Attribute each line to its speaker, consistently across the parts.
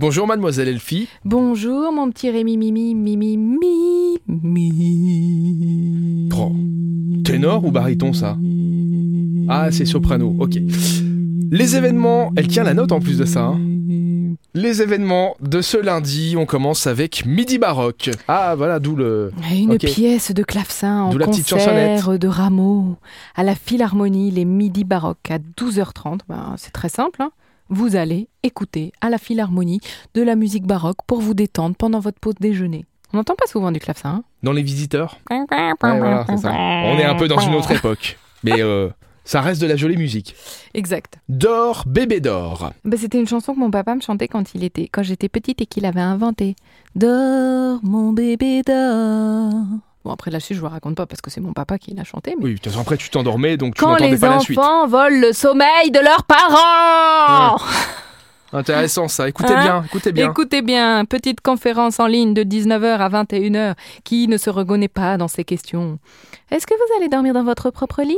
Speaker 1: Bonjour mademoiselle Elfie.
Speaker 2: Bonjour mon petit Rémi Mimi Mimi mi mi.
Speaker 1: Prends. Ténor ou baryton ça Ah, c'est soprano, ok. Les événements, elle tient la note en plus de ça. hein. Les événements de ce lundi, on commence avec Midi Baroque. Ah voilà, d'où le...
Speaker 2: Une
Speaker 1: Ok.
Speaker 2: pièce de clavecin en
Speaker 1: D'où la petite
Speaker 2: concert de Rameau à la Philharmonie les midis baroques à 12h30. Ben, c'est très simple. hein. Vous allez écouter à la Philharmonie de la musique baroque pour vous détendre pendant votre pause déjeuner. On n'entend pas souvent du clavecin.
Speaker 1: Dans les visiteurs.
Speaker 2: hein.
Speaker 1: Ouais, voilà, c'est ça. On est un peu dans une autre époque. Mais euh, ça reste de la jolie musique.
Speaker 2: Exact.
Speaker 1: D'or, bébé d'or.
Speaker 2: Bah, c'était une chanson que mon papa me chantait quand il était, quand j'étais petite et qu'il avait inventée. Dors, mon bébé dors. Bon après là-dessus je vous raconte pas parce que c'est mon papa qui l'a chanté. Mais
Speaker 1: Oui, de toute façon, après tu t'endormais, donc tu
Speaker 2: quand
Speaker 1: n'entendais
Speaker 2: les
Speaker 1: pas la suite.
Speaker 2: enfants volent le sommeil de leurs parents.
Speaker 1: Intéressant ça, écoutez
Speaker 2: Hein
Speaker 1: bien, écoutez bien.
Speaker 2: Écoutez bien, petite conférence en ligne de 19h à 21h. Qui ne se reconnaît pas dans ces questions Est-ce que vous allez dormir dans votre propre lit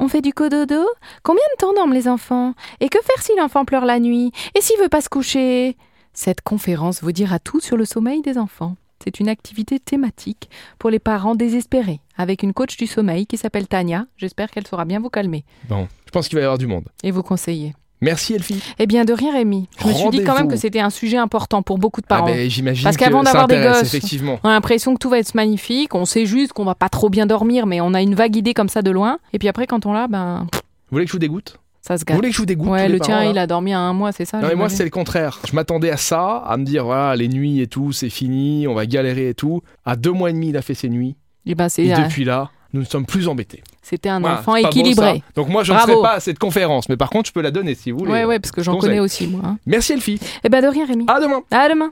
Speaker 2: On fait du cododo Combien de temps dorment les enfants Et que faire si l'enfant pleure la nuit Et s'il veut pas se coucher Cette conférence vous dira tout sur le sommeil des enfants. C'est une activité thématique pour les parents désespérés, avec une coach du sommeil qui s'appelle Tania. J'espère qu'elle saura bien vous calmer
Speaker 1: Bon, je pense qu'il va y avoir du monde.
Speaker 2: et vous conseiller.
Speaker 1: Merci Elfie. Ah,
Speaker 2: Eh bien, de rien, Rémi. Je me suis dit quand même
Speaker 1: Rendez-vous.
Speaker 2: que c'était un sujet important pour beaucoup de
Speaker 1: Ah
Speaker 2: parents.
Speaker 1: ben, j'imagine
Speaker 2: Parce
Speaker 1: que
Speaker 2: qu'avant
Speaker 1: ça
Speaker 2: d'avoir des
Speaker 1: intéresse,
Speaker 2: gosses.
Speaker 1: effectivement.
Speaker 2: On a l'impression que tout va être magnifique, on sait juste qu'on va pas trop bien dormir, mais on a une vague idée comme ça de loin. Et puis après, quand on l'a, ben,
Speaker 1: Vous voulez que je vous dégoûte
Speaker 2: ça se
Speaker 1: Vous
Speaker 2: gâte.
Speaker 1: voulez que je vous dégoûte
Speaker 2: ouais,
Speaker 1: tous les
Speaker 2: le tien,
Speaker 1: parents, là
Speaker 2: il a Ah, dormi à un mois, c'est ça
Speaker 1: Non mais moi
Speaker 2: j'imagine
Speaker 1: c'est le contraire. Je m'attendais à ça, à me dire voilà les nuits et tout, c'est fini, on va galérer et tout. À deux mois et demi il a fait ses nuits
Speaker 2: Eh ben, c'est-
Speaker 1: et
Speaker 2: euh,
Speaker 1: depuis là nous ne sommes plus embêtés.
Speaker 2: C'était un
Speaker 1: Voilà,
Speaker 2: enfant
Speaker 1: c'est pas beau,
Speaker 2: équilibré.
Speaker 1: ça. Donc moi je ne
Speaker 2: Bravo.
Speaker 1: serai pas à cette conférence,
Speaker 2: hein. Eh ben,
Speaker 1: mais